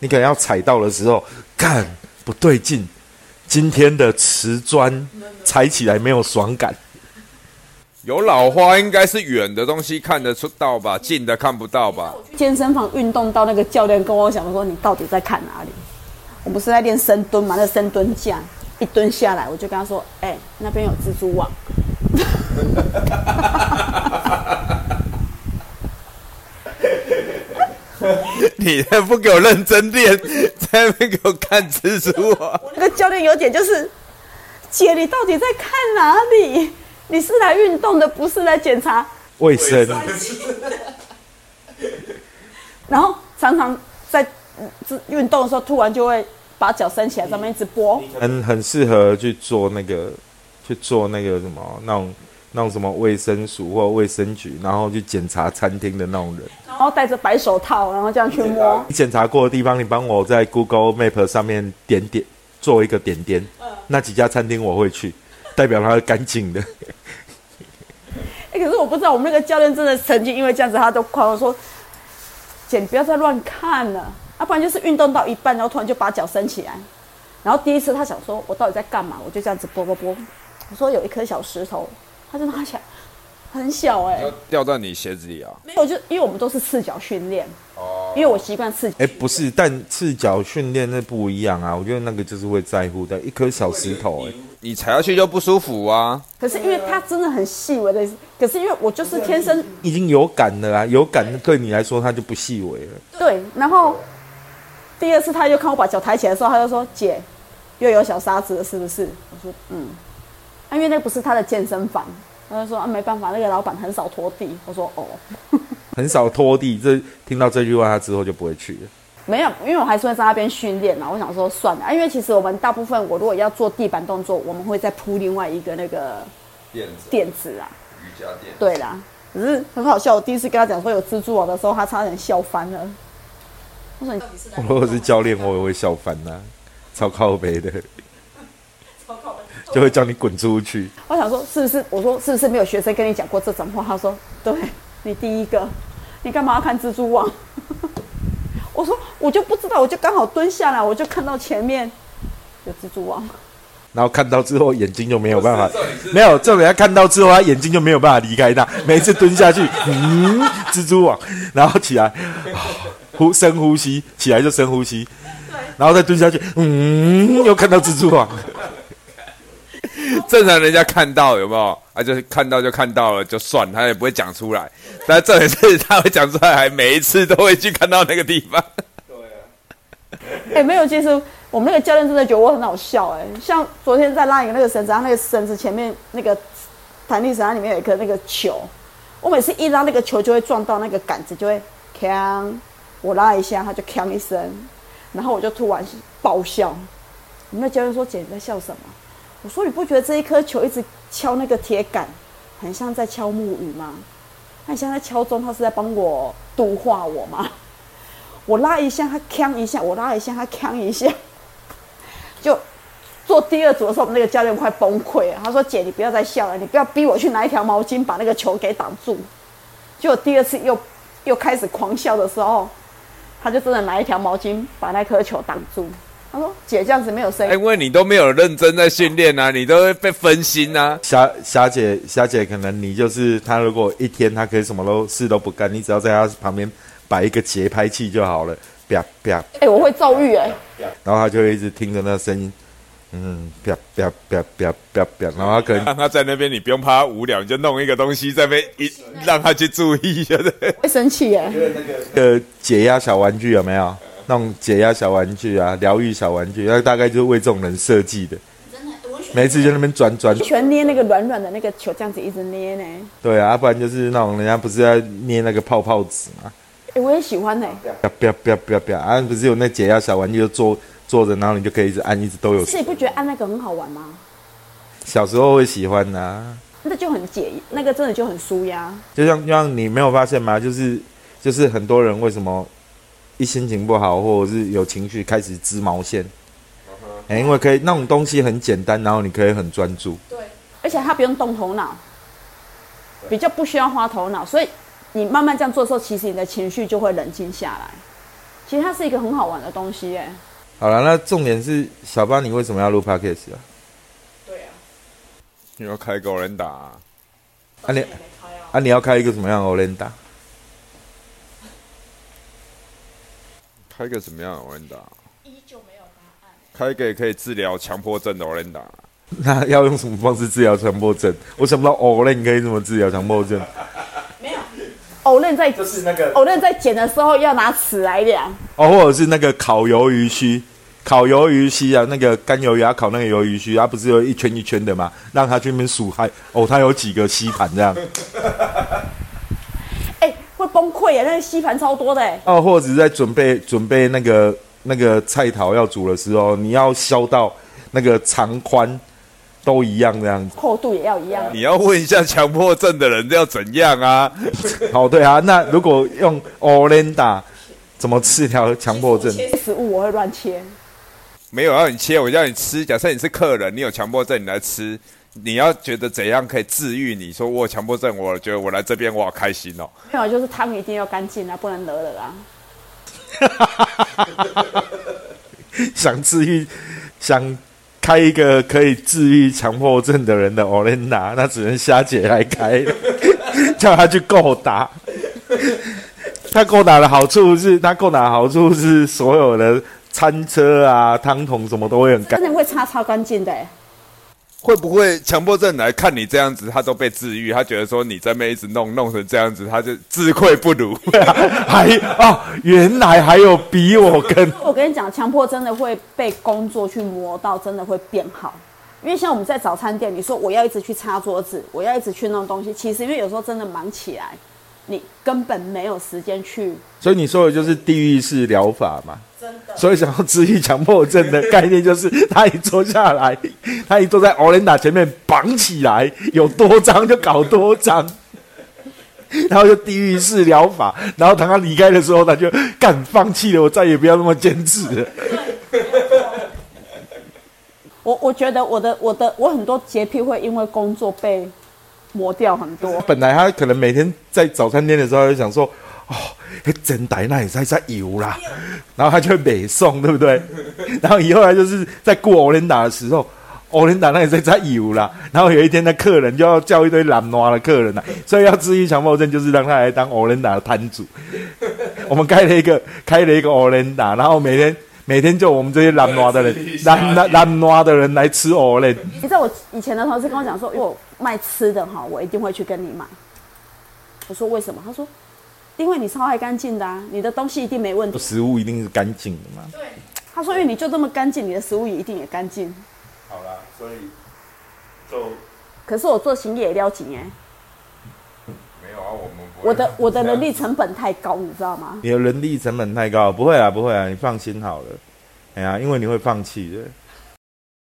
Speaker 1: 你可能要踩到的时候，看不对劲，今天的瓷砖踩起来没有爽感。
Speaker 2: 有老花应该是远的东西看得出到吧，近的看不到吧。
Speaker 3: 健身房运动到那个教练跟我讲说：“你到底在看哪里？”我不是在练深蹲嘛，那深蹲架一蹲下来，我就跟他说：“哎、那边有蜘蛛网。
Speaker 2: 你还不给我认真练，在那边给我看蜘蛛网。”
Speaker 3: 那个教练有点就是：“姐，你到底在看哪里？你是来运动的，不是来检查。
Speaker 1: 卫生，
Speaker 3: 然后常常在嗯自运动的时候，突然就会把脚伸起来，上面一直拨。
Speaker 1: 很很适合去做那个，去做那个什么那种那种什么卫生署或卫生局，然后去检查餐厅的那种人。
Speaker 3: 然后戴着白手套，然后这样去摸。
Speaker 1: 你检查过的地方，你帮我在 Google Map 上面点点做一个点点，那几家餐厅我会去，代表它是干净 的。
Speaker 3: 哎、可是我不知道，我们那个教练真的曾经因为这样子，他都夸我说：“姐，你不要再乱看了，要、不然就是运动到一半，然后突然就把脚伸起来。”然后第一次他想说：“我到底在干嘛？”我就这样子拨拨拨。我说有一颗小石头，他就拿起来，很小哎、
Speaker 2: 掉到你鞋子里啊！
Speaker 3: 没有，就因为我们都是赤脚训练，因为我习惯赤脚。
Speaker 1: 哎、不是，但赤脚训练那不一样啊，我觉得那个就是会在乎的，一颗小石头、哎，
Speaker 2: 你踩下去就不舒服啊！
Speaker 3: 可是因为它真的很细微的，可是因为我就是天生
Speaker 1: 哎已经有感了啊，有感对你来说它就不细微了。
Speaker 3: 对，然后第二次他就看我把脚抬起来的时候，他就说：“姐，又有小沙子了，是不是？”我说：“嗯。啊”因为那不是他的健身房，他就说：“啊，没办法，那个老板很少拖地。”我说：“哦，
Speaker 1: 很少拖地，这听到这句话他之后就不会去了。
Speaker 3: 没有，因为我还是会在那边训练嘛。我想说算了、啊，因为其实我们大部分我如果要做地板动作，我们会再铺另外一个那个
Speaker 2: 垫子、
Speaker 3: 垫子啊。
Speaker 2: 瑜伽垫。
Speaker 3: 对啦，可是很好笑。我第一次跟他讲说有蜘蛛网的时候，他差点笑翻了。我说你
Speaker 1: 我如果是教练，我也会笑翻呐、超靠北 的，就会叫你滚出去。
Speaker 3: 我想说，是不是？我说是不是没有学生跟你讲过这种话？他说，对你第一个，你干嘛要看蜘蛛网？ 我说我就不知道，我就刚好蹲下来，我就看到前面有蜘蛛网。
Speaker 1: 然后看到之后眼睛就没有办法，没有这种人家看到之后，他眼睛就没有办法离开那，每一次蹲下去，嗯，蜘蛛网，然后起来，啊呼深呼吸，起来就深呼吸，然后再蹲下去，嗯，又看到蜘蛛网，
Speaker 2: 正常人家看到有没有啊？就是看到就看到了，就算他也不会讲出来。但这一次他会讲出来，还每一次都会去看到那个地方。
Speaker 3: 哎、没有，其实我们那个教练真的觉得我很好笑哎、像昨天在拉你那个绳子，他那个绳子前面那个弹力绳，它里面有一颗那个球，我每次一拉那个球就会撞到那个杆子，就会锵，我拉一下它就锵一声，然后我就突然爆笑。我们那教练说：“姐你在笑什么？”我说：“你不觉得这一颗球一直敲那个铁杆，很像在敲木鱼吗？那你像在敲钟，他是在帮我度化我吗？” 我拉一下，他锵一下；我拉一下，他锵一下。就做第二组的时候，我们那个教练快崩溃了。他说：“姐，你不要再笑了，你不要逼我去拿一条毛巾把那个球给挡住。”结果第二次又又开始狂笑的时候，他就真的拿一条毛巾把那颗球挡住。他说：“姐这样子没有声音。
Speaker 2: 因为你都没有认真在训练啊，你都会被分心啊。
Speaker 1: 霞霞姐，霞姐，可能你就是她。如果一天她可以什么都事都不干，你只要在她旁边摆一个节拍器就好了，啪啪，
Speaker 3: 哎、我会躁郁哎、
Speaker 1: 然后她就会一直听着那声音，嗯，啪啪啪啪啪啪，然后她可能
Speaker 2: 让他在那边，你不用怕他无聊，你就弄一个东西在那边一让他去注意，对不对？
Speaker 3: 会生气哎、
Speaker 1: 呃解压小玩具有没有？那种解压小玩具啊，疗愈小玩具，那大概就是为这种人设计的。每次就在那边转转，
Speaker 3: 全捏那个软软的那个球，这样子一直捏呢、
Speaker 1: 对啊，不然就是那种人家不是在捏那个泡泡纸嘛，
Speaker 3: 哎、我也喜欢呢、
Speaker 1: 啪啪啪啪啪啊，不是有那解压小玩具就坐坐着，然后你就可以一直按，一直都有
Speaker 3: 可。是你不觉得按那个很好玩吗？
Speaker 1: 小时候会喜欢呐、啊，
Speaker 3: 那就很解，那个真的就很舒压。
Speaker 1: 就像就像你没有发现吗？就是就是很多人为什么一心情不好，或者是有情绪开始织毛线，
Speaker 6: Uh-huh
Speaker 1: 哎、因为可以那种东西很简单，然后你可以很专注。
Speaker 3: 而且它不用动头脑，比较不需要花头脑，所以你慢慢这样做的时候，其实你的情绪就会冷静下来。其实它是一个很好玩的东西耶、
Speaker 1: 好了，那重点是小巴，你为什么要录 podcast 啊？
Speaker 2: 你要开狗人打、啊，
Speaker 1: 啊你啊你要开一个什么样的 o l n d a
Speaker 2: 开个什么样的狗人打？开一个也可以治疗强迫症的狗人打，
Speaker 1: 那要用什么方式治疗强迫症？我想不到 o l n 可以怎么治疗强迫症。
Speaker 3: 偶认在
Speaker 6: 就是那个
Speaker 3: 偶认在剪的时候要拿尺来量，
Speaker 1: 哦，或者是那个烤鱿鱼须，烤鱿鱼须啊，那个干鱿鱼啊，烤那个鱿鱼须，它、不是有一圈一圈的嘛，让它去那边数嗨，哦，它有几个吸盘这样，
Speaker 3: 哎、会崩溃耶！那个吸盘超多的哎，
Speaker 1: 哦，或者是在准备准备那个那个菜桃要煮的时候，你要削到那个长宽都一样这样子。
Speaker 3: 厚度也要一样。
Speaker 2: 你要问一下强迫症的人要怎样啊？
Speaker 1: 哦，对啊，那如果用 Orenda 怎么治疗强迫症？
Speaker 3: 食物我会乱切，
Speaker 2: 没有让你切，我叫你吃。假设你是客人，你有强迫症，你来吃，你要觉得怎样可以治愈你？说我有强迫症，我觉得我来这边我好开心哦。
Speaker 3: 没有就是汤一定要干净啊，不能惹了啦。
Speaker 1: 想治愈，想开一个可以治愈强迫症的人的 Olena，那 只能虾姐来开， 叫她去够打。她够打的好处是，她够打的好处是所有的餐车啊、汤桶什么都会很干
Speaker 3: 真。的会擦超干净的哎，
Speaker 2: 会不会强迫症来看你这样子，他都被治愈，他觉得说你在那边一直弄弄成这样子，他就自愧不如。
Speaker 1: 还哦，原来还有比我更
Speaker 3: 我跟你讲，强迫真的会被工作去磨到，真的会变好。因为像我们在早餐店，你说我要一直去擦桌子，我要一直去弄东西，其实因为有时候真的忙起来，你根本没有时间去。
Speaker 1: 所以你说的就是地狱式疗法嘛？
Speaker 3: 真的
Speaker 1: 所以想要治愈强迫症的概念，就是他一坐下来， 他一坐在 Olenda 前面绑起来，有多张就搞多张， 然后就地狱式疗法。然后当他离开的时候，他就干放弃了，我再也不要那么坚持了。
Speaker 3: 我我觉得我的我的我很多洁癖会因为工作被磨掉很多。
Speaker 1: 本来他可能每天在早餐店的时候，他就想说。哦，那整台那也在在油啦，然后他就会北送，对不对？ 然后以后他就是在雇欧琳达的时候，欧琳达那也在在油啦。然后有一天，那客人就要叫一堆懒惰的客人来，所以要治愈强迫症，就是让他来当欧琳达的摊主。 我们开了一个开了一个欧琳达，然后每天每天就我们这些懒惰的人，懒懒懒惰的人来吃欧琳。
Speaker 3: 你知道我以前的同事跟我讲说，因为我卖吃的哈，我一定会去跟你买。我说为什么？他说，因为你超爱干净的啊，你的东西一定没问题。
Speaker 1: 食物一定是干净的嘛。
Speaker 3: 他说因为你就这么干净，你的食物也一定也干净。
Speaker 6: 好啦，所以就
Speaker 3: 可是我做行业也撩紧哎，
Speaker 2: 没有啊，我们不
Speaker 3: 我的我的人力成本太高，你知道吗？
Speaker 1: 你的人力成本太高，不会啦，不会啦，你放心好了。哎呀，因为你会放弃的。